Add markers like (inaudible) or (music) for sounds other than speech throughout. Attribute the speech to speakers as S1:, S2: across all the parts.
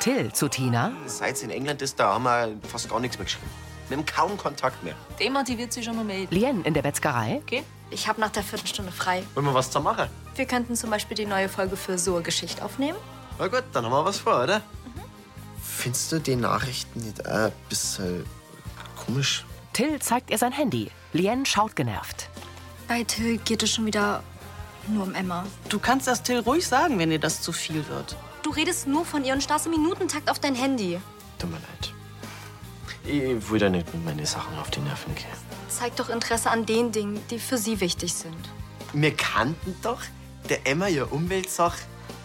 S1: Till zu Tina.
S2: Seit sie in England ist, da haben wir fast gar nichts mehr geschrieben. Wir haben kaum Kontakt mehr.
S3: Demotiviert sie schon mal melden.
S1: Lien in der Metzgerei.
S3: Okay?
S4: Ich habe nach der vierten Stunde frei.
S2: Wollen wir was zu machen?
S4: Wir könnten zum Beispiel die neue Folge für Sur Geschichte aufnehmen.
S2: Na gut, dann haben wir was vor, oder?
S5: Findest du die Nachrichten nicht auch ein bisschen komisch?
S1: Till zeigt ihr sein Handy. Lien schaut genervt.
S4: Bei Till geht es schon wieder nur um Emma.
S6: Du kannst das Till ruhig sagen, wenn dir das zu viel wird.
S4: Du redest nur von ihr und starrst im Minutentakt auf dein Handy.
S5: Tut mir leid. Ich will da nicht mit meinen Sachen auf die Nerven gehen.
S4: Zeig doch Interesse an den Dingen, die für sie wichtig sind.
S2: Wir kannten doch der Emma ihre Umweltsache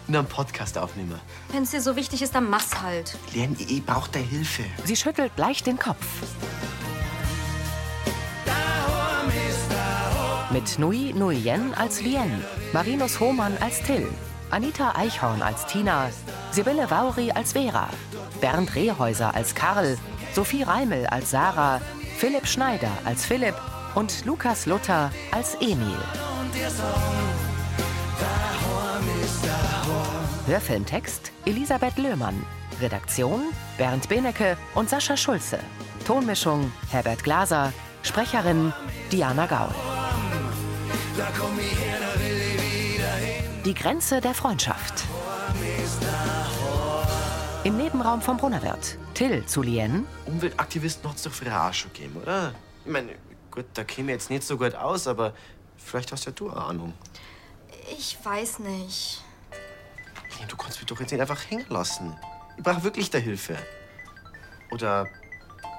S2: in einem Podcast aufnehmen.
S4: Wenn es dir so wichtig ist, dann mach's halt.
S2: Lernen, ich ich brauch da Hilfe.
S1: Sie schüttelt leicht den Kopf. Mit Nui Nuyen als Lien, Marinus Hohmann als Till, Anita Eichhorn als Tina, Sibylle Vauri als Vera, Bernd Rehäuser als Karl, Sophie Reimel als Sarah, Philipp Schneider als Philipp und Lukas Luther als Emil. Hörfilmtext Elisabeth Löhmann. Redaktion Bernd Benecke und Sascha Schulze. Tonmischung Herbert Glaser. Sprecherin Diana Gaul. Die Grenze der Freundschaft. Im Nebenraum vom Brunnerwirt. Till zu Lien.
S2: Umweltaktivisten hat's doch früher auch schon gegeben, oder? Ich meine, gut, da käme jetzt nicht so gut aus, aber vielleicht hast ja du eine Ahnung.
S4: Ich weiß nicht.
S2: Lien, du kannst mich doch jetzt nicht einfach hängen lassen. Ich brauche wirklich da Hilfe. Oder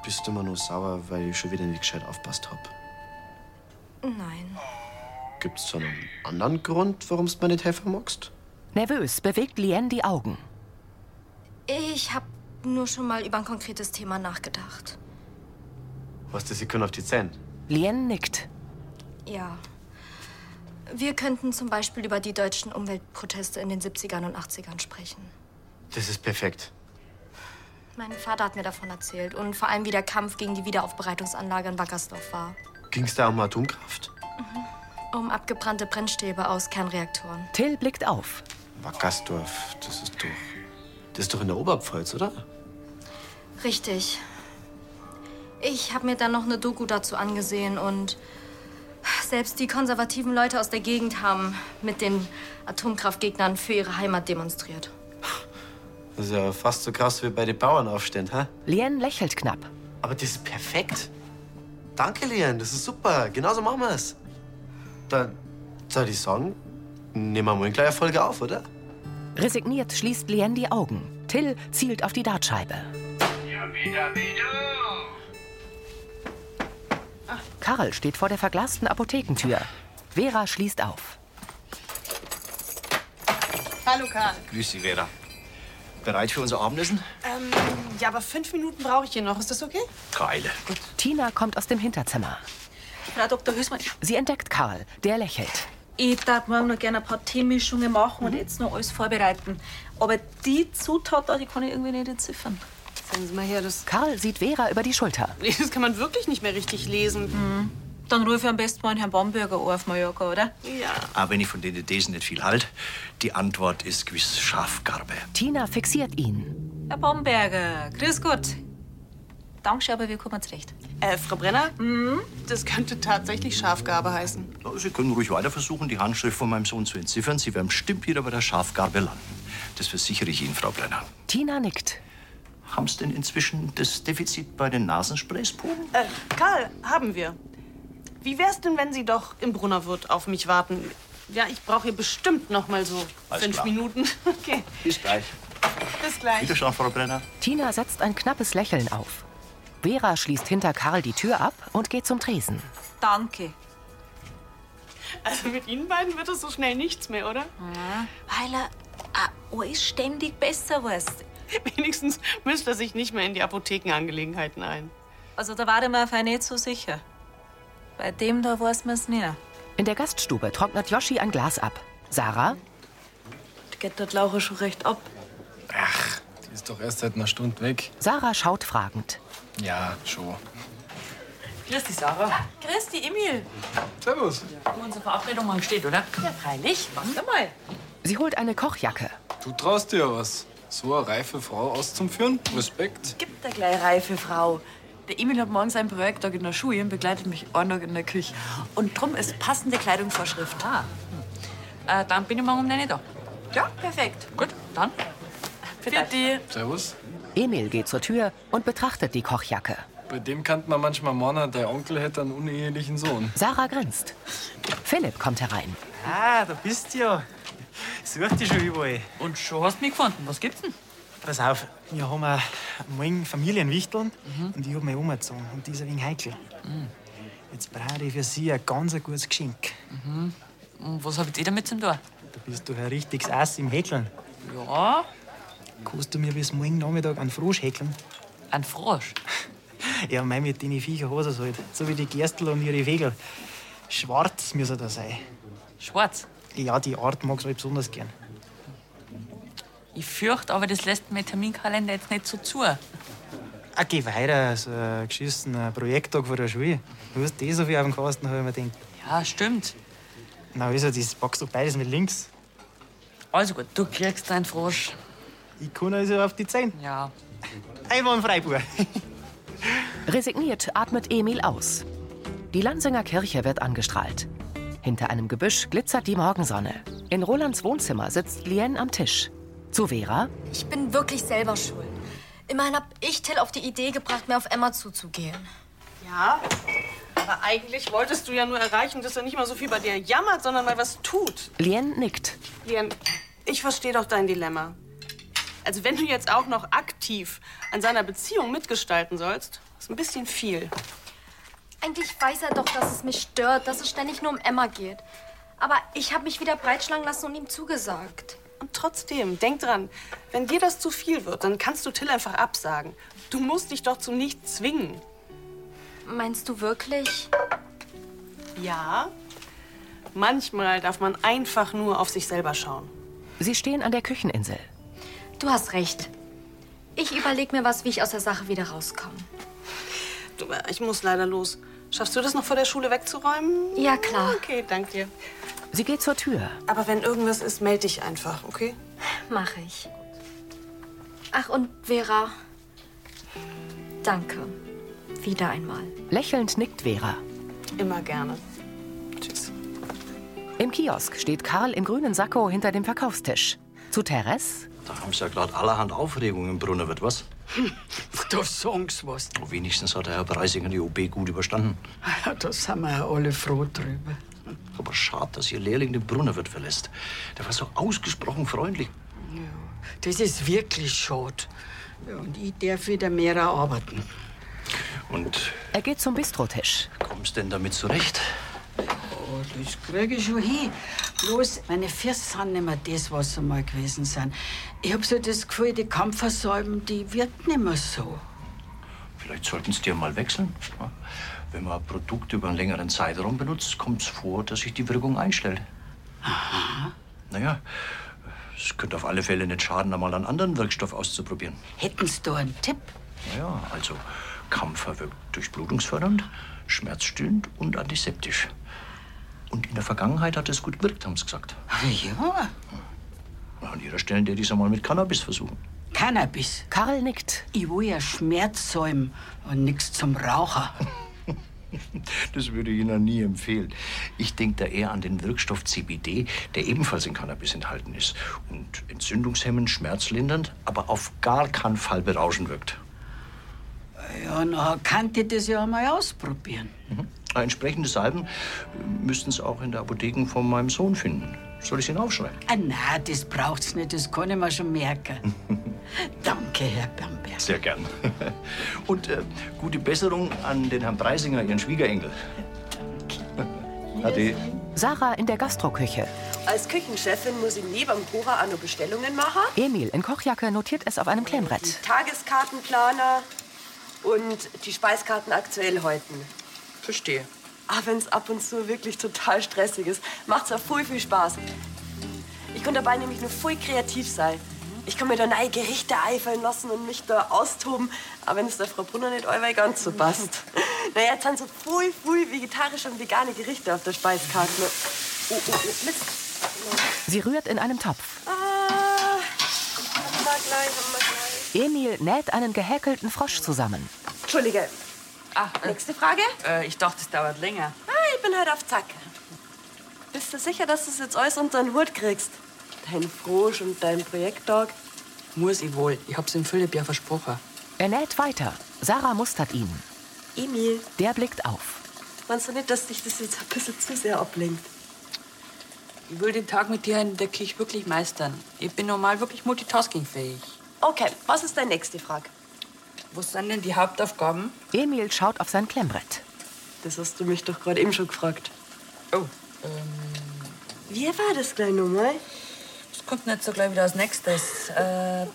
S2: bist du immer nur sauer, weil ich schon wieder nicht gescheit aufpasst hab?
S4: Nein.
S2: Gibt's so einen anderen Grund, warum du mir nicht helfen magst?
S1: Nervös bewegt Lien die Augen.
S4: Ich habe nur schon mal über ein konkretes Thema nachgedacht.
S2: Was das, ich kann auf die Zähne.
S1: Lien nickt.
S4: Ja. Wir könnten zum Beispiel über die deutschen Umweltproteste in den 70ern und 80ern sprechen.
S2: Das ist perfekt.
S4: Mein Vater hat mir davon erzählt und vor allem, wie der Kampf gegen die Wiederaufbereitungsanlage in Wackersdorf war.
S2: Ging's da um Atomkraft?
S4: Um abgebrannte Brennstäbe aus Kernreaktoren.
S1: Till blickt auf.
S2: Wackersdorf, das ist doch. Das ist doch in der Oberpfalz, oder?
S4: Richtig. Ich habe mir dann noch eine Doku dazu angesehen und selbst die konservativen Leute aus der Gegend haben mit den Atomkraftgegnern für ihre Heimat demonstriert.
S2: Das ist ja fast so krass wie bei den Bauernaufständen, hä?
S1: Lien lächelt knapp.
S2: Aber das ist perfekt. Danke, Lian, das ist super. Genauso machen wir's. Dann soll ich sagen, nehmen wir mal gleich eine Folge auf, oder?
S1: Resigniert schließt Lien die Augen. Till zielt auf die Dartscheibe. Karl steht vor der verglasten Apothekentür. Vera schließt auf.
S6: Hallo Karl.
S7: Grüß dich, Vera. Bereit für unser Abendessen?
S6: Ähm, Ja, aber fünf Minuten brauche ich hier noch. Ist das okay?
S7: Geil.
S1: Tina kommt aus dem Hinterzimmer.
S3: Frau Dr. Hülsmann,
S1: Sie entdeckt Karl, der lächelt.
S3: ich darf morgen noch gerne ein paar Teemischungen machen
S6: Mhm.
S3: und jetzt noch alles vorbereiten. Aber die Zutat da, die kann ich irgendwie nicht entziffern.
S6: Sagen Sie mal her, das,
S1: Karl sieht Vera über die Schulter.
S6: das kann man wirklich nicht mehr richtig lesen.
S3: Mhm. Dann rufe ich am besten mal den Herrn Bamberger an auf Mallorca, oder?
S7: Aber Ah, wenn ich von den Ideen nicht viel halte, die Antwort ist gewiss Schafgarbe.
S1: Tina fixiert ihn.
S3: Herr Bamberger, grüß Gott. Dankeschön, aber wir kommen zurecht.
S6: Äh, Frau Brenner, Mhm. das könnte tatsächlich Schafgabe heißen.
S7: Na, Sie können ruhig weiter versuchen, die Handschrift von meinem Sohn zu entziffern. Sie werden bestimmt wieder bei der Schafgarbe landen. Das versichere ich Ihnen, Frau Brenner.
S1: Tina nickt.
S7: Haben Sie denn inzwischen das Defizit bei den Nasensprays proben?
S6: Äh, Karl, haben wir. Wie wär's denn, wenn Sie doch im Brunnerwirt auf mich warten? Ja, ich brauche hier bestimmt noch mal so
S7: Alles
S6: fünf
S7: klar.
S6: Minuten. Okay,
S7: Bis gleich.
S6: bis gleich.
S7: Wiederschauen, Frau Brenner.
S1: Tina setzt ein knappes Lächeln auf. Vera schließt hinter Karl die Tür ab und geht zum Tresen.
S3: Danke.
S6: Also mit Ihnen beiden wird es so schnell nichts mehr, oder? Mhm.
S3: Weil er auch alles ständig besser weiß.
S6: (laughs) Wenigstens mischt er sich nicht mehr in die Apothekenangelegenheiten ein.
S3: Also da war ich mir auf einen nicht so sicher. Bei dem da weiß man es nicht.
S1: In der Gaststube trocknet Yoshi ein Glas ab. Sarah,
S8: Geht der Laura schon recht ab?
S9: Die ist doch erst seit einer Stunde weg.
S1: Sarah schaut fragend.
S9: Ja, schon.
S8: Grüß dich, Sarah.
S3: Grüß dich, Emil.
S9: Servus.
S8: Haben unsere Verabredung mal steht, oder? Ja, freilich. Warte mal.
S1: Sie holt eine Kochjacke.
S9: Du traust dir ja was. so eine reife Frau auszuführen? Respekt.
S8: Gibt da gleich reife Frau. Der Emil hat morgen seinen Projekttag in der Schule und begleitet mich auch noch in der Küche. Und drum ist passende Kleidung Vorschrift. Ah. Äh, dann bin ich morgen um 9 Uhr da. Ja, perfekt. Gut, dann. Bitte.
S9: Servus.
S1: Emil geht zur Tür und betrachtet die Kochjacke.
S9: Bei dem kannte man manchmal Männer, der Onkel hätte einen unehelichen Sohn.
S1: Sarah grinst. Philipp kommt herein.
S10: Ah, da bist du ja. Such dich schon überall.
S8: Und schon hast du mich gefunden. Was gibt's denn?
S10: Pass auf, wir haben äh, morgen Familienwichteln
S8: Mhm.
S10: und ich hab meine Oma gezogen und die ist ein wenig heikel. Jetzt brauche ich für sie ein ganz ein gutes Geschenk.
S8: Mhm. Und was hab jetzt ich damit zu tun?
S10: Da bist du ein richtiges Ass im Häkeln.
S8: Ja,
S10: Kannst du mir bis morgen Nachmittag einen Frosch häkeln?
S8: ein Frosch.
S10: (laughs) Ja, mein mit den Viecher hast es halt. So wie die Gerstl und ihre Vögel. Schwarz müssen da sein.
S8: Schwarz.
S10: Ja, die Art mag's halt besonders gern.
S8: Ich fürchte, aber das lässt mein Terminkalender jetzt nicht so zu.
S10: Ah, geh weiter, so ein geschissener Projekttag vor der Schule. Du hast eh so viel auf dem Kasten, hab ich mir gedacht.
S8: Ja, stimmt.
S10: Na, also, das packst du beides mit links.
S8: Also gut, du kriegst deinen Frosch.
S10: Ich kann also auf die Zehn.
S8: Ja.
S10: Einwandfrei, Bub.
S1: Resigniert atmet Emil aus. Die Lansinger Kirche wird angestrahlt. Hinter einem Gebüsch glitzert die Morgensonne. In Rolands Wohnzimmer sitzt Lien am Tisch. Zu Vera,
S4: Ich bin wirklich selber schuld. Immerhin hab ich Till auf die Idee gebracht, mir auf Emma zuzugehen.
S6: Ja, aber eigentlich wolltest du ja nur erreichen, dass er nicht mal so viel bei dir jammert, sondern mal was tut.
S1: Lien nickt.
S6: Lien, ich verstehe doch dein Dilemma. Also wenn du jetzt auch noch aktiv an seiner Beziehung mitgestalten sollst, ist ein bisschen viel.
S4: Eigentlich weiß er doch, dass es mich stört, dass es ständig nur um Emma geht. Aber ich habe mich wieder breitschlagen lassen und ihm zugesagt.
S6: Und trotzdem, denk dran, wenn dir das zu viel wird, dann kannst du Till einfach absagen. Du musst dich doch zu nichts zwingen.
S4: Meinst du wirklich?
S6: Ja, manchmal darf man einfach nur auf sich selber schauen.
S1: Sie stehen an der Kücheninsel.
S4: Du hast recht. Ich überleg mir was, wie ich aus der Sache wieder rauskomme.
S6: Du, äh, ich muss leider los. Schaffst du das noch vor der Schule wegzuräumen?
S4: Ja, klar.
S6: Okay, danke dir.
S1: Sie geht zur Tür.
S6: Aber wenn irgendwas ist, melde dich einfach, okay?
S4: Mach ich. Ach, und Vera. Danke. Wieder einmal.
S1: Lächelnd nickt Vera.
S6: Immer gerne. Tschüss.
S1: Im Kiosk steht Karl im grünen Sakko hinter dem Verkaufstisch. Zu Therese,
S7: Da haben sie ja gerade allerhand Aufregung im Brunnerwirt, was?
S11: Da sagst was.
S7: Wenigstens hat der Herr Preisinger die OP gut überstanden.
S11: Da sind wir ja alle froh drüber.
S7: Aber schade, dass ihr Lehrling den Brunnerwirt verlässt. Der war so ausgesprochen freundlich.
S11: Das ist wirklich schade. Ja, Und ich darf wieder mehr arbeiten.
S7: Und
S1: er geht zum Bistrotisch.
S7: kommst denn damit zurecht?
S11: Oh, das krieg ich schon hin. Bloß, meine Füße sind nicht mehr das, was sie mal gewesen sind. Ich hab so das Gefühl, die Kampfersalben, die wirkt nicht mehr so.
S7: Vielleicht sollten sie dir mal wechseln. ja? Wenn man ein Produkt über einen längeren Zeitraum benutzt, kommt es vor, dass sich die Wirkung einstellt. Naja, es könnte auf alle Fälle nicht schaden, einmal einen anderen Wirkstoff auszuprobieren.
S11: Hätten Sie da einen Tipp?
S7: Naja, also Kampfer wirkt durchblutungsfördernd, schmerzstillend und antiseptisch. Und in der Vergangenheit hat es gut gewirkt, haben sie gesagt.
S11: Ja,
S7: Na, An ihrer Stelle hätte ich es einmal mit Cannabis versuchen.
S11: Cannabis.
S1: Karl nickt.
S11: Ich will ja Schmerzsäumen und nichts zum Raucher.
S7: Das würde ich Ihnen nie empfehlen. Ich denke da eher an den Wirkstoff CBD, der ebenfalls in Cannabis enthalten ist und entzündungshemmend, schmerzlindernd, aber auf gar keinen Fall berauschend wirkt.
S11: Ja, na, kann ich das ja mal ausprobieren.
S7: Entsprechende Salben äh, müssten Sie auch in der Apotheke von meinem Sohn finden. Soll ich es Ihnen aufschreiben?
S11: Ah, na, das braucht's nicht, das kann ich mir schon merken. Danke, Herr Bamberg.
S7: Sehr gern. (laughs) Und äh, gute Besserung an den Herrn Preisinger, Ihren Schwiegerenkel. Ade.
S1: Sarah in der Gastroküche.
S12: Als Küchenchefin muss ich neben dem Kocher auch noch Bestellungen machen.
S1: Emil in Kochjacke notiert es auf einem Klemmbrett.
S12: Tageskartenplaner und die Speiskarten aktuell halten.
S11: Verstehe.
S12: Aber wenn es ab und zu wirklich total stressig ist, macht es auch voll viel Spaß. Ich kann dabei nämlich nur voll kreativ sein. Ich kann mir da neue Gerichte einfallen lassen und mich da austoben. Aber wenn es der Frau Brunner nicht allweil ganz so passt. Naja, jetzt sind so voll, voll vegetarische und vegane Gerichte auf der Speiskarte. Oh, oh, oh, Mist.
S1: Sie rührt in einem Topf.
S12: Ah, ich mag
S13: gleich, haben wir gleich.
S1: Emil näht einen gehäkelten Frosch zusammen.
S12: Entschuldige.
S8: Ah,
S12: nächste Frage?
S8: Äh, ich dachte, es dauert länger.
S12: Ah, ich bin heute auf Zack. Bist du sicher, dass du es jetzt alles unter den Hut kriegst? Dein Frosch und dein Projekttag.
S1: Muss ich wohl. Ich hab's dem Philipp ja versprochen. Er näht weiter. Sarah mustert ihn.
S12: Emil,
S1: Der blickt auf.
S12: meinst du nicht, dass dich das jetzt ein bisschen zu sehr ablenkt?
S8: Ich will den Tag mit dir in der Küche wirklich meistern. Ich bin normal wirklich multitaskingfähig.
S12: Okay, was ist deine nächste Frage?
S8: Was sind denn die Hauptaufgaben?
S1: Emil schaut auf sein Klemmbrett.
S12: Das hast du mich doch gerade eben schon gefragt.
S8: Oh.
S12: Wie war das gleich nochmal?
S8: Das kommt nicht so gleich wieder als nächstes. Äh,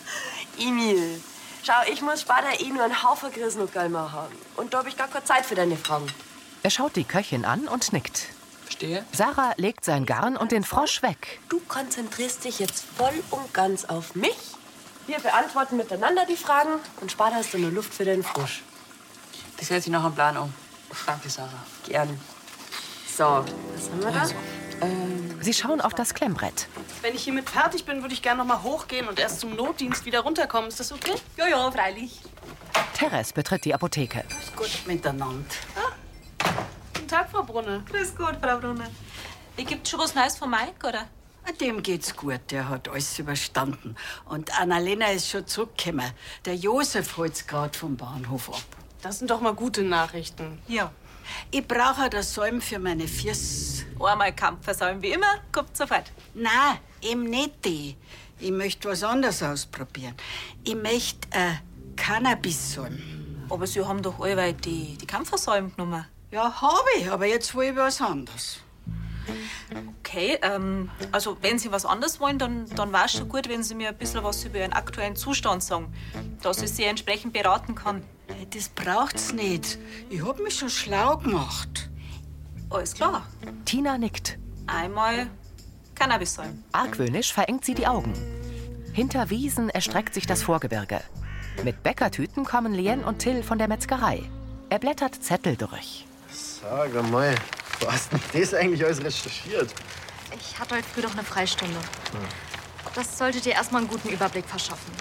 S12: Emil, schau, ich muss später eh nur einen Haufen Grisnuckerl machen. Und da habe ich gar keine Zeit für deine Fragen.
S1: Er schaut die Köchin an und nickt.
S8: Verstehe.
S1: Sarah legt sein Garn und den Frosch weg.
S12: Du konzentrierst dich jetzt voll und ganz auf mich. Wir beantworten miteinander die Fragen und später hast du nur Luft für deinen Frosch.
S8: das hört sich nach einem Plan um. Danke, Sarah. Also,
S12: Gern. So, was haben wir da? Ähm,
S1: Sie schauen auf das Klemmbrett.
S6: Wenn ich hiermit fertig bin, würde ich gerne noch mal hochgehen und erst zum Notdienst wieder runterkommen. Ist das okay?
S12: Ja, ja, freilich.
S1: Teres betritt die Apotheke.
S11: Gut miteinander.
S6: Guten Tag, Frau Brunne.
S3: Grüß Gott, Frau Brunner. Ihr gibt schon was Neues von Mike, oder?
S11: Ah, Dem geht's gut, der hat alles überstanden. Und Annalena ist schon zurückgekommen. Der Josef holt's grad vom Bahnhof ab.
S6: Das sind doch mal gute Nachrichten.
S11: Ja. Ich brauche das Salm für meine Füße.
S3: Einmal Kampfersäumen wie immer, kommt sofort.
S11: Na, eben nicht die. Ich möchte was anderes ausprobieren. Ich möchte äh, Cannabis-Salm.
S3: Aber Sie haben doch allweil die, die Kampfersäumen genommen.
S11: Ja, habe ich, aber jetzt will ich was anderes.
S3: Okay, ähm, also wenn Sie was anderes wollen, dann, dann war es schon gut, wenn Sie mir ein bisschen was über Ihren aktuellen Zustand sagen, dass ich Sie entsprechend beraten kann.
S11: Äh, Das braucht's nicht. Ich hab mich schon schlau gemacht.
S3: Alles klar.
S1: Tina nickt. Ah.
S3: Einmal Cannabissäumen.
S1: Argwöhnisch verengt sie die Augen. Hinter Wiesen erstreckt sich das Vorgebirge. Mit Bäckertüten kommen Lien und Till von der Metzgerei. Er blättert Zettel durch.
S2: Sag mal, wo hast denn das eigentlich alles recherchiert?
S4: Ich hatte heute früh doch eine Freistunde. Das sollte dir erstmal einen guten Überblick verschaffen.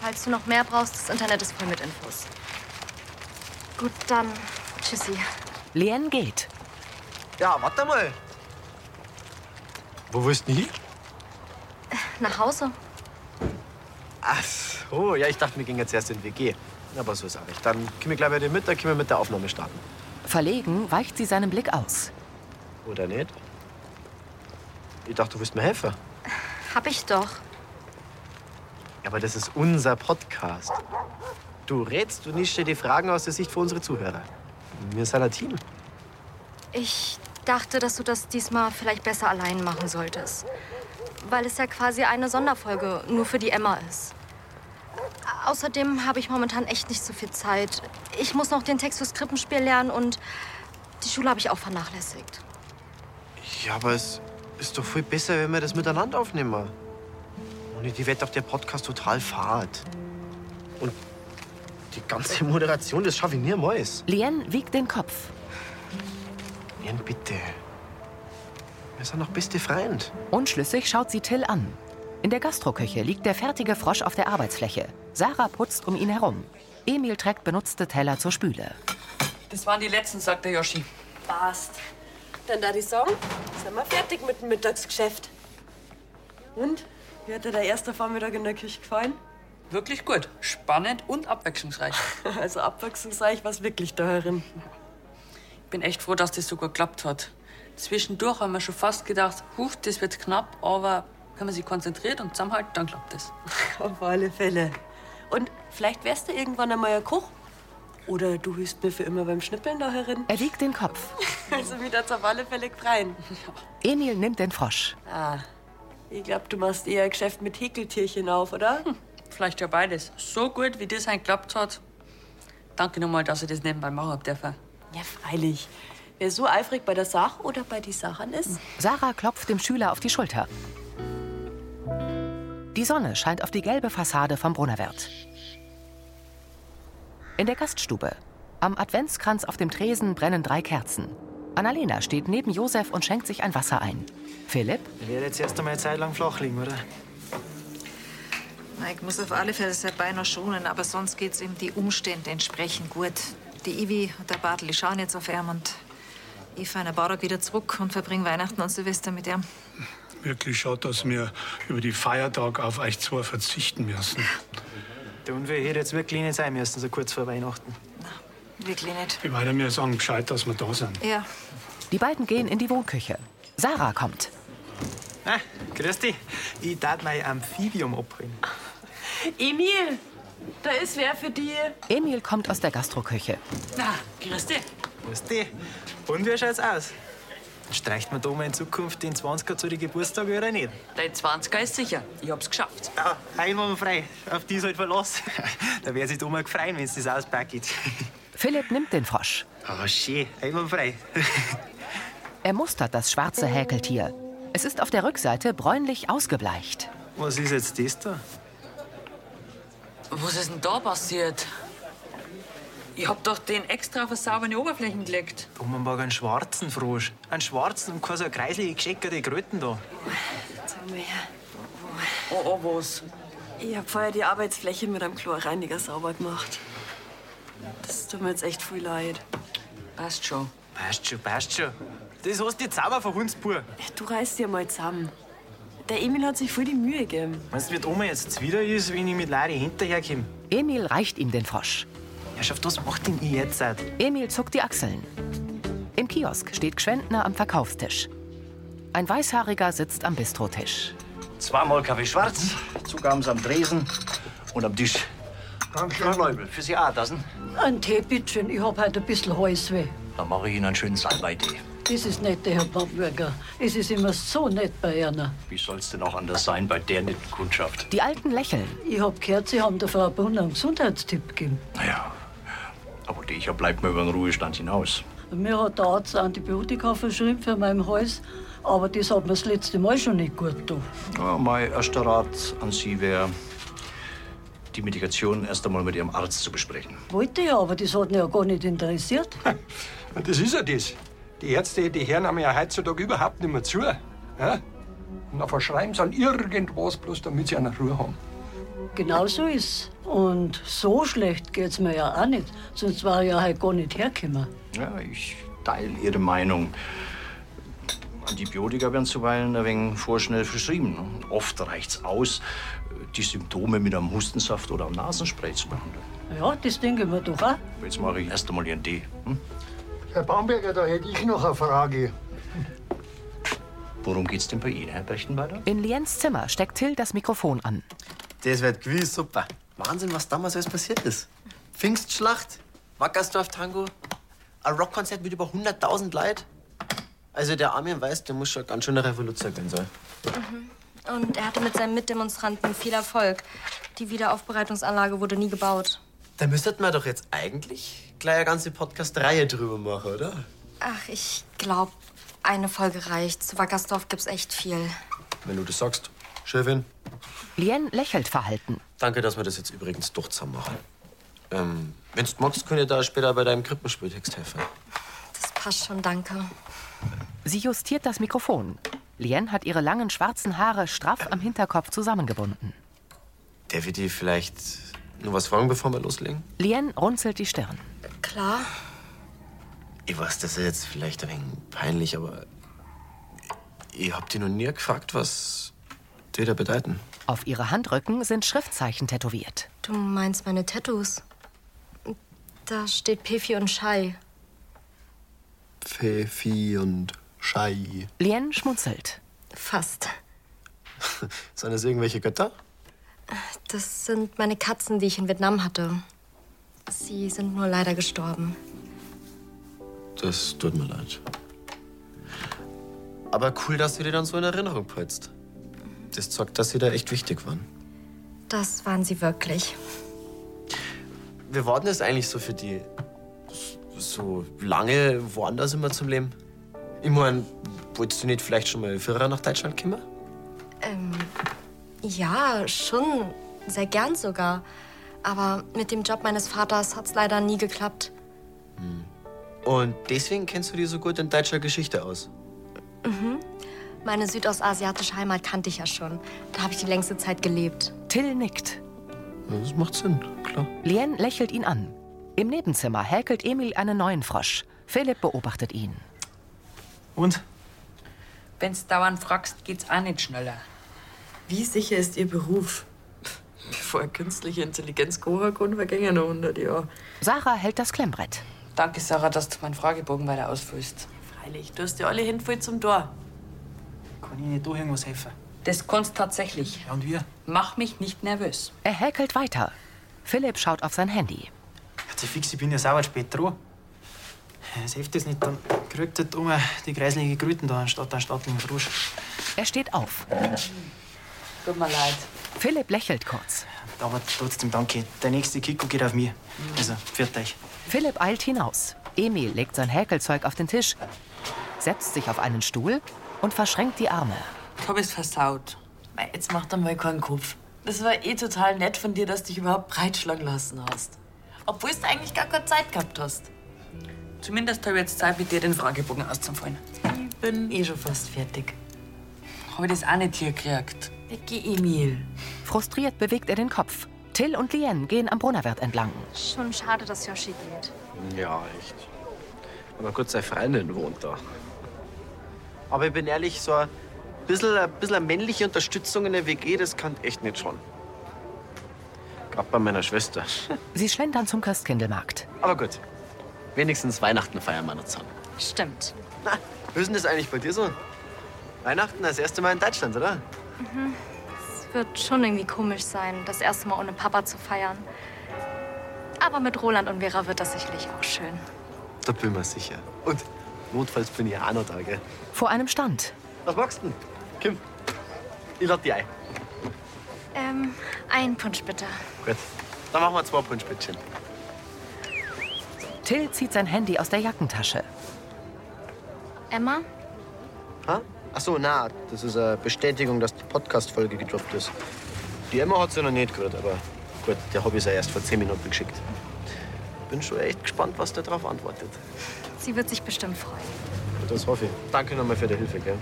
S4: Falls du noch mehr brauchst, das Internet ist voll mit Infos. Gut, dann tschüssi.
S1: Lien geht.
S2: Ja, warte mal. Wo willst du denn hin?
S4: Nach Hause.
S2: Ach so, ja, ich dachte, wir gehen jetzt erst in WG. Aber so ist auch recht. Dann können wir gleich bei dir mit, dann können wir mit der Aufnahme starten.
S1: Verlegen weicht sie seinem Blick aus.
S2: Oder nicht? Ich dachte, du willst mir helfen.
S4: Hab ich doch.
S2: Aber das ist unser Podcast. Du rätst, du nischst dir die Fragen aus der Sicht für unsere Zuhörer. Wir sind ein Team.
S4: Ich dachte, dass du das diesmal vielleicht besser allein machen solltest. Weil es ja quasi eine Sonderfolge nur für die Emma ist. Außerdem habe ich momentan echt nicht so viel Zeit. Ich muss noch den Text fürs Krippenspiel lernen und die Schule habe ich auch vernachlässigt.
S2: Ja, aber es ist doch viel besser, wenn wir das miteinander aufnehmen. Ohne die wird doch der Podcast total fad. Und die ganze (laughs) Moderation, das schaffe ich niemals.
S1: Lien wiegt den Kopf.
S2: Jan, bitte. Wir sind noch beste Freund.
S1: Unschlüssig schaut sie Till an. In der Gastroküche liegt der fertige Frosch auf der Arbeitsfläche. Sarah putzt um ihn herum. Emil trägt benutzte Teller zur Spüle.
S8: Das waren die letzten, sagt der Yoshi.
S12: Passt. Dann da die Song. Sind wir fertig mit dem Mittagsgeschäft. Und? Wie hat dir der erste Vormittag in der Küche gefallen?
S8: Wirklich gut. Spannend und abwechslungsreich.
S12: (laughs) Also abwechslungsreich war wirklich da herin.
S8: Ich bin echt froh, dass das so gut geklappt hat. Zwischendurch haben wir schon fast gedacht, huch, das wird knapp, aber wenn man sich konzentriert und zusammenhält, dann klappt das.
S12: Auf alle Fälle. Und vielleicht wärst du irgendwann einmal ein Koch. Oder du hilfst mir für immer beim Schnippeln da herin.
S1: Er wiegt den Kopf.
S12: (laughs) Also wieder auf alle Fälle freien.
S1: Emil nimmt den Frosch.
S12: Ah, ich glaube, du machst eher ein Geschäft mit Häkeltierchen auf, oder?
S8: Hm. Vielleicht ja beides. So gut, wie das ein geklappt hat. Danke nochmal, dass ich das nebenbei machen hab dürfen.
S12: Ja, freilich. Wer so eifrig bei der Sache oder bei die Sachen
S8: Hm.
S12: ist,
S1: Sarah klopft dem Schüler auf die Schulter. Die Sonne scheint auf die gelbe Fassade vom Brunnerwirt. In der Gaststube. Am Adventskranz auf dem Tresen brennen drei Kerzen. Annalena steht neben Josef und schenkt sich ein Wasser ein. Philipp?
S10: Ich werde jetzt erst einmal eine Zeit lang flach liegen, oder?
S3: Nein, ich muss auf alle Fälle sein Bein noch schonen, aber sonst geht's ihm die Umstände entsprechend gut. Die Ivi und der Bartel, die schauen jetzt auf ihn und ich fahre nach Barak wieder zurück und verbringe Weihnachten und Silvester mit ihm.
S14: Wirklich schade, dass wir über die Feiertage auf euch zwei verzichten müssen.
S10: Der Unfall hätte jetzt wirklich nicht sein müssen, so kurz vor Weihnachten.
S3: Wirklich nicht.
S14: Ich meine, wir sagen Bescheid, dass wir da sind.
S3: Ja.
S1: Die beiden gehen in die Wohnküche. Sarah kommt.
S10: Ah, grüß dich. Ich darf mein Amphibium abholen.
S15: Emil, da ist wer für dich.
S1: Emil kommt aus der Gastroküche.
S15: Na, grüß dich.
S10: Grüß dich. Und wie schaut's aus? Streicht man da mal in Zukunft den 20er zu den Geburtstag oder nicht? Ah,
S8: Dein 20er ist sicher. Ich hab's geschafft.
S10: Ja, einwandfrei. Auf die soll verlassen. (laughs) da wäre sich die Oma gefreut, wenn's das auspackt.
S1: Philipp nimmt den Frosch.
S10: (laughs) Aber schön, einwandfrei.
S1: Er mustert das schwarze Häkeltier. Es ist auf der Rückseite bräunlich ausgebleicht.
S10: Was ist jetzt das da?
S8: Was ist denn da passiert? Ich hab doch den extra auf eine saubere Oberfläche gelegt.
S10: Die Oma mag einen schwarzen Frosch. Einen schwarzen und keine so kreisliche, gescheckerte Kröten da.
S12: Zeig mal her.
S8: Oh, oh, was?
S12: Ich hab vorher die Arbeitsfläche mit einem Chlorreiniger sauber gemacht. Das tut mir jetzt echt viel leid.
S8: Passt schon.
S10: Passt schon, passt schon. Das hast du jetzt sauber von uns pur.
S12: Du reißt dir mal zusammen. Der Emil hat sich voll die Mühe gegeben.
S10: Meinst du, wie die Oma jetzt wieder ist, wenn ich mit Lari hinterherkomme?
S1: Emil reicht ihm den Frosch.
S10: Ja, schafft was macht denn ihr jetzt?
S1: Emil zuckt die Achseln. Im Kiosk steht Gschwendner am Verkaufstisch. Ein Weißhaariger sitzt am Bistrotisch.
S7: Zweimal Kaffee schwarz, Zugaben am Dresen und am Tisch. Dankeschön, Leubel. Für Sie auch, Tassen.
S16: Ein Tee, bitteschön. Ich hab heute ein bisschen Halsweh.
S7: Dann mache ich Ihnen einen schönen Salbei-Tee.
S16: Das ist nett, der Herr Pappberger. Es ist immer so nett bei einer.
S7: Wie soll's denn auch anders sein bei der netten Kundschaft?
S1: Die Alten lächeln.
S16: Ich hab gehört, Sie haben der Frau Brunner einen Gesundheitstipp gegeben.
S7: Naja, aber die ich bleibt mir über den Ruhestand hinaus.
S16: Mir hat der Arzt Antibiotika verschrieben für meinen Hals, aber das hat mir das letzte Mal schon nicht gut getan.
S7: Ja, mein erster Rat an Sie wäre, die Medikation erst einmal mit Ihrem Arzt zu besprechen.
S16: Wollte ich, aber das hat mich ja gar nicht interessiert.
S17: Und das ist ja das. Die Ärzte, die hören haben ja heutzutage überhaupt nicht mehr zu. Ja? Und dann verschreiben sie an irgendwas, bloß damit sie eine Ruhe haben.
S16: Genau so ist Und so schlecht geht's mir ja auch nicht. Sonst war ich ja halt gar nicht hergekommen.
S7: Ja, ich teile Ihre Meinung. Antibiotika werden zuweilen ein wenig vorschnell verschrieben. Und oft reicht's aus, die Symptome mit einem Hustensaft oder einem Nasenspray zu behandeln.
S16: Ja, das denke ich mir doch auch.
S7: Jetzt mache ich erst einmal Ihren Tee. Hm?
S17: Herr Bamberger, da hätte ich noch eine Frage.
S7: Worum geht's denn bei Ihnen, Herr Brechtenweiler?
S1: In Liens Zimmer steckt Till das Mikrofon an.
S2: Das wird gewiss super. Wahnsinn, was damals alles passiert ist. Pfingstschlacht, Wackersdorf-Tango, ein Rockkonzert mit über 100.000 Leid. Also der Armin weiß, der muss schon ganz schön eine Revolution gehen sein.
S4: Mhm. Und er hatte mit seinen Mitdemonstranten viel Erfolg. Die Wiederaufbereitungsanlage wurde nie gebaut.
S2: Da müssten wir doch jetzt eigentlich gleich eine ganze Podcast-Reihe drüber machen, oder?
S4: Ach, ich glaube, eine Folge reicht. Zu Wackersdorf gibt's echt viel.
S2: Wenn du das sagst. Chefin.
S1: Lien lächelt verhalten.
S2: Danke, dass wir das jetzt übrigens doch zusammen machen. Ähm, wenn du magst, könnt ihr da später bei deinem Krippenspieltext helfen.
S4: Das passt schon, danke.
S1: Sie justiert das Mikrofon. Lien hat ihre langen schwarzen Haare straff am Hinterkopf zusammengebunden.
S2: Darf ich dir vielleicht nur was fragen, bevor wir loslegen?
S1: Lien runzelt die Stirn.
S4: Klar.
S2: Ich weiß, das ist jetzt vielleicht ein wenig peinlich, aber ich hab dich noch nie gefragt, was die da bedeuten.
S1: Auf ihre Handrücken sind Schriftzeichen tätowiert.
S4: Du meinst meine Tattoos? Da steht Pefi und Shai.
S2: Pfeffi und Schei.
S1: Lien schmunzelt.
S4: Fast.
S2: Sind das irgendwelche Götter?
S4: Das sind meine Katzen, die ich in Vietnam hatte. Sie sind nur leider gestorben.
S2: Das tut mir leid. Aber cool, dass du dir dann so in Erinnerung putzt. Das zeigt, dass sie da echt wichtig waren.
S4: Das waren sie wirklich.
S2: Wir warten das eigentlich so für die so lange woanders immer zum Leben. Ich mein, wolltest du nicht vielleicht schon mal früher nach Deutschland kommen?
S4: Ähm, ja, schon. Sehr gern sogar. Aber mit dem Job meines Vaters hat's leider nie geklappt.
S2: Und deswegen kennst du dich so gut in deutscher Geschichte aus.
S4: Mhm. Meine südostasiatische Heimat kannte ich ja schon. Da habe ich die längste Zeit gelebt.
S1: Till nickt.
S5: Das macht Sinn, klar.
S1: Lien lächelt ihn an. Im Nebenzimmer häkelt Emil einen neuen Frosch. Philipp beobachtet ihn.
S10: Und?
S8: Wenn's dauernd fragst, geht's auch nicht schneller. Wie sicher ist Ihr Beruf? (laughs) Bevor künstliche Intelligenz gehört, vergingen noch 100 Jahre.
S1: Sarah hält das Klemmbrett.
S8: Danke, Sarah, dass du meinen Fragebogen weiter ausfüllst. Freilich, du hast ja alle hinvoll zum Tor.
S10: Kann ich nicht da irgendwas helfen?
S8: Das kannst tatsächlich.
S10: Ja, und wir?
S8: Mach mich nicht nervös.
S1: Er häkelt weiter. Philipp schaut auf sein Handy.
S10: Also fix, ich bin ja sauer spät dran. Es hilft das nicht, dann kriegt halt immer die kreisliche Grüten da anstatt einen stattlichen Frosch.
S1: Er steht auf.
S8: Tut mir leid.
S1: Philipp lächelt kurz.
S10: Aber trotzdem danke. Der nächste Kiko geht auf mir. Also, führt euch.
S1: Philipp eilt hinaus. Emil legt sein Häkelzeug auf den Tisch, setzt sich auf einen Stuhl und verschränkt die Arme.
S8: Ich hab es versaut. Mei, Jetzt mach doch mal keinen Kopf. Das war eh total nett von dir, dass du dich überhaupt breitschlagen lassen hast. Obwohl du eigentlich gar keine Zeit gehabt hast. Zumindest habe ich jetzt Zeit, mit dir den Fragebogen auszufallen. Ich bin eh schon fast fertig. Habe ich das auch nicht hier gekriegt. Geh, Emil.
S1: Frustriert bewegt er den Kopf. Till und Lien gehen am Brunnerwert entlang.
S4: Schon schade, dass Yoshi geht.
S2: Ja, echt. Aber kurz seine Freundin wohnt da. Aber ich bin ehrlich, so ein bisschen, ein bisschen eine männliche Unterstützung in der WG, das kann echt nicht schon. Gerade bei meiner Schwester.
S1: Sie schlendern zum Christkindlmarkt.
S2: Aber gut. Wenigstens Weihnachten feiern wir noch zusammen.
S4: Stimmt.
S2: Na, wie ist denn das eigentlich bei dir so? Weihnachten das erste Mal in Deutschland, oder?
S4: Mhm. Es wird schon irgendwie komisch sein, das erste Mal ohne Papa zu feiern. Aber mit Roland und Vera wird das sicherlich auch schön.
S2: Da bin ich mir sicher. Und notfalls bin ich ja auch noch da, gell?
S1: Vor einem Stand.
S2: Was magst du denn? Kim, ich lade dich ein.
S4: Ähm, ein Punsch bitte.
S2: Gut, dann machen wir zwei Punschbändchen.
S1: Till zieht sein Handy aus der Jackentasche.
S4: Emma?
S5: Ach so, na, das ist eine Bestätigung, dass die Podcast-Folge gedroppt ist. Die Emma hat sie noch nicht gehört, aber gut, der habe ich ja erst vor 10 Minuten geschickt.
S2: Bin schon echt gespannt, was der darauf antwortet.
S4: Sie wird sich bestimmt freuen.
S5: Das hoffe ich. Danke nochmal für die Hilfe, gell?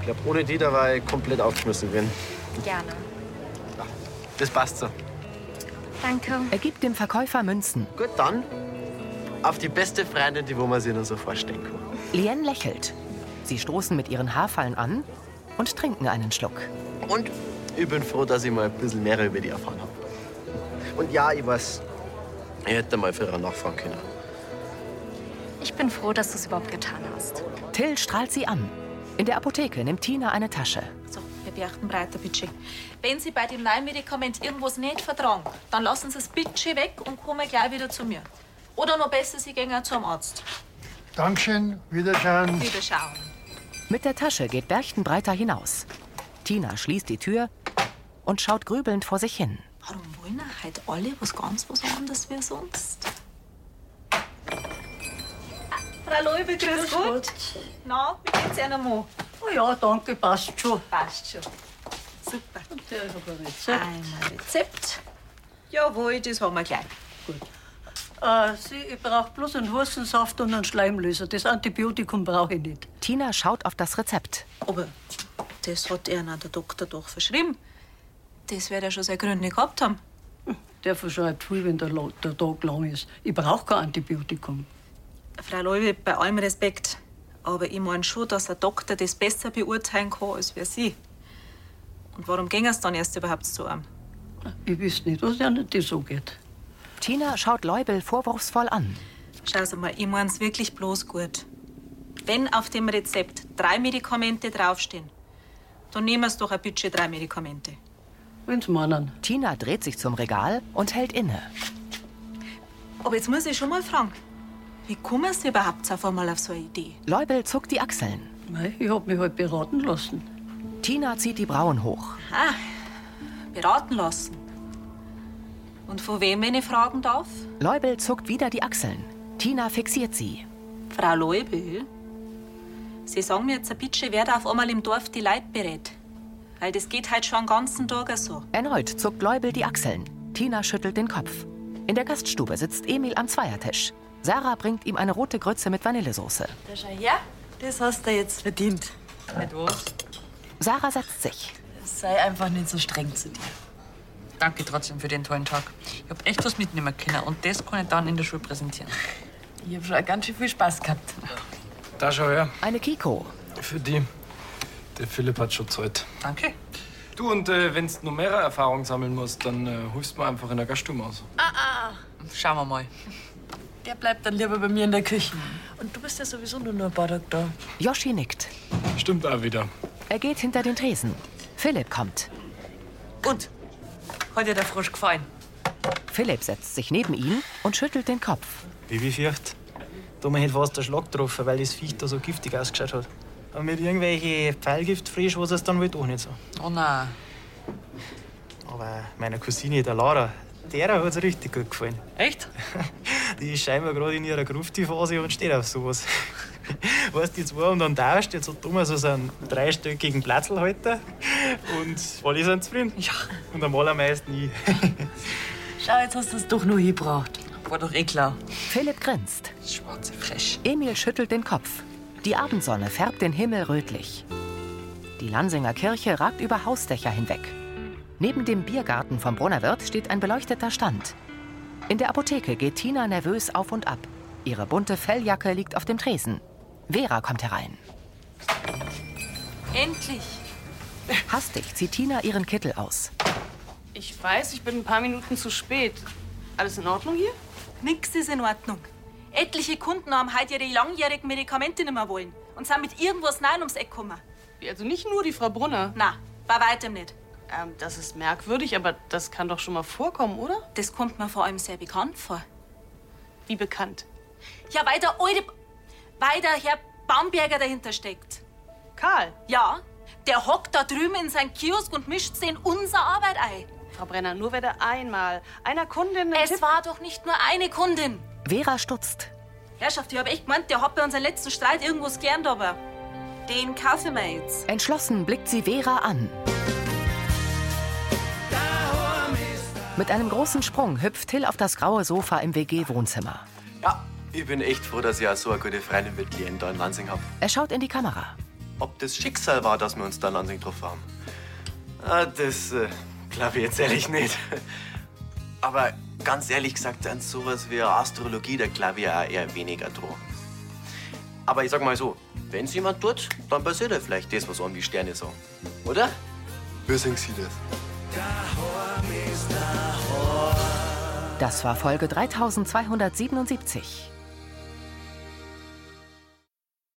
S5: Ich glaube, ohne die da war ich komplett aufgeschmissen gewesen.
S4: Gerne.
S5: Das passt so.
S4: Danke.
S1: Er gibt dem Verkäufer Münzen.
S2: Gut, dann auf die beste Freundin, die wo man sich nur so vorstellen kann.
S1: Lien lächelt. Sie stoßen mit ihren Haarfallen an und trinken einen Schluck.
S2: Und
S5: Ich bin froh, dass ich mal ein bisschen mehr über die erfahren habe. Und ja, ich weiß, ich hätte mal für ihre nachfragen können.
S4: Ich bin froh, dass du es überhaupt getan hast.
S1: Till strahlt sie an. In der Apotheke nimmt Tina eine Tasche.
S3: So, wir beachten breiter bitte. Wenn Sie bei dem neuen Medikament irgendwas nicht vertragen, dann lassen Sie es bitte weg und kommen gleich wieder zu mir. Oder noch besser, Sie gehen auch zum Arzt.
S18: Dankeschön,
S1: Ähm.
S18: wiederschauen.
S3: Wieder schauen.
S1: Mit der Tasche geht Berchtenbreiter hinaus. Tina schließt die Tür und schaut grübelnd vor sich hin.
S3: Warum wollen wir halt alle was ganz was anderes wie sonst? Frau Löwe, grüß Gott. Na, wie geht's Ihnen mal?
S16: Oh ja, danke, passt schon.
S3: Passt schon. Super. Einmal Rezept. Jawohl, das haben wir gleich.
S16: Äh, Sie, ich brauche bloß einen Hustensaft und einen Schleimlöser. Das Antibiotikum brauche ich nicht.
S1: Tina schaut auf das Rezept.
S3: Aber das hat Ihnen der Doktor doch verschrieben. Das wird ja schon seine Gründe gehabt haben.
S16: Der verschreibt viel, wenn der, Lo- der Tag lang ist. Ich brauche kein Antibiotikum.
S3: Frau Löwe, bei allem Respekt. Aber ich meine schon, dass ein Doktor das besser beurteilen kann als wir Sie. Und warum ging es dann erst überhaupt zu einem?
S16: Ich wüsste nicht, was der nicht so geht.
S1: Tina schaut Leubel vorwurfsvoll an.
S3: Schauen Sie mal, ich mein's wirklich bloß gut. Wenn auf dem Rezept drei Medikamente draufstehen, dann nehmen wir doch ein bisschen drei Medikamente.
S16: Wenn's meinen.
S1: Tina dreht sich zum Regal und hält inne.
S3: Aber jetzt muss ich schon mal fragen, wie kommen Sie überhaupt auf einmal auf so eine Idee?
S1: Leubel zuckt die Achseln.
S16: Mei, ich hab mich halt beraten lassen.
S1: Tina zieht die Brauen hoch.
S3: Ah, beraten lassen. Und von wem, wenn ich fragen darf?
S1: Leubel zuckt wieder die Achseln. Tina fixiert sie.
S3: Frau Leubel? Sie sagen mir jetzt ein bisschen, wer da auf einmal im Dorf die Leute berät. Weil das geht halt schon den ganzen Tag so.
S1: Erneut zuckt Leubel die Achseln. Tina schüttelt den Kopf. In der Gaststube sitzt Emil am Zweiertisch. Sarah bringt ihm eine rote Grütze mit Vanillesoße.
S8: Da schau her, das hast du jetzt verdient. Mit was?
S1: Sarah setzt sich.
S8: Sei einfach nicht so streng zu dir. Danke trotzdem für den tollen Tag. Ich habe echt was mitnehmen können und das kann ich dann in der Schule präsentieren. Ich habe schon ganz schön viel Spaß gehabt.
S9: Da schau her.
S1: Eine Kiko.
S9: Für die. Der Philipp hat schon Zeit.
S8: Danke.
S9: Du, und äh, wenn du noch mehr Erfahrung sammeln musst, dann äh, hilfst du mir einfach in der Gaststube aus.
S8: Ah, ah. Schauen wir mal. Der bleibt dann lieber bei mir in der Küche. Und du bist ja sowieso nur noch ein paar Tage da.
S1: Yoshi nickt.
S9: Stimmt auch wieder.
S1: Er geht hinter den Tresen. Philipp kommt.
S8: Und? Hat dir der Frosch gefallen?
S1: Philipp setzt sich neben ihn und schüttelt den Kopf.
S10: Bibi fürcht, da mir hätte fast der Schlag getroffen, weil das Viech da so giftig ausgeschaut hat. Aber mit irgendwelchen Pfeilgiftfrisch, was es dann will, auch nicht so.
S8: Oh nein.
S10: Aber meiner Cousine, der Lara, derer hat es richtig gut gefallen.
S8: Echt?
S10: (laughs) Die ist scheinbar gerade in ihrer Grufti-Phase und steht auf sowas. (laughs) Weißt du, die zwei haben dann tauscht, jetzt hat Thomas so einen dreistöckigen Platzl heute und alle sind zufrieden. Ja. Und am allermeisten ich.
S8: Schau, jetzt hast du es doch nur hingebracht. War doch eh klar.
S1: Philipp grinst.
S8: Schwarze Fläsch.
S1: Emil schüttelt den Kopf. Die Abendsonne färbt den Himmel rötlich. Die Lansinger Kirche ragt über Hausdächer hinweg. Neben dem Biergarten vom Brunner Wirt steht ein beleuchteter Stand. In der Apotheke geht Tina nervös auf und ab. Ihre bunte Felljacke liegt auf dem Tresen. Vera kommt herein.
S6: Endlich.
S1: Hastig zieht Tina ihren Kittel aus.
S6: Ich weiß, ich bin ein paar Minuten zu spät. Alles in Ordnung hier?
S3: Nix ist in Ordnung. Etliche Kunden haben heute ihre langjährigen Medikamente nicht mehr wollen und sind mit irgendwas Nein ums Eck gekommen.
S6: Wie, Also nicht nur die Frau Brunner.
S3: Na, bei weitem nicht.
S6: Ähm, das ist merkwürdig, aber das kann doch schon mal vorkommen, oder?
S3: Das kommt mir vor allem sehr bekannt vor.
S6: Wie bekannt?
S3: Ja, weil der alte, weil der Herr Bamberger dahinter steckt.
S6: Karl?
S3: Ja, der hockt da drüben in seinem Kiosk und mischt sie in unsere Arbeit ein.
S6: Frau Brenner, nur wenn der einmal einer Kundin.
S3: Es war doch nicht nur eine Kundin.
S1: Vera stutzt.
S3: Herrschaft, ich hab echt gemeint, der hat bei unserem letzten Streit irgendwas gelernt, aber den kaufen wir jetzt.
S1: Entschlossen blickt sie Vera an. Mit einem großen Sprung hüpft Till auf das graue Sofa im WG-Wohnzimmer.
S5: Ich bin echt froh, dass ich auch so eine gute Freundin mit Lien da in Lansing habe.
S1: Er schaut in die Kamera.
S5: Ob das Schicksal war, dass wir uns da in Lansing drauf haben? Ah, das äh, glaube ich jetzt ehrlich nicht. Aber ganz ehrlich gesagt, an sowas wie Astrologie, da glaube ich auch eher weniger dran. Aber ich sag mal so, wenn es jemand tut, dann passiert ja vielleicht das, was einem die Sterne sagen. Oder? Wie sehen Sie das?
S1: Das war Folge 3277.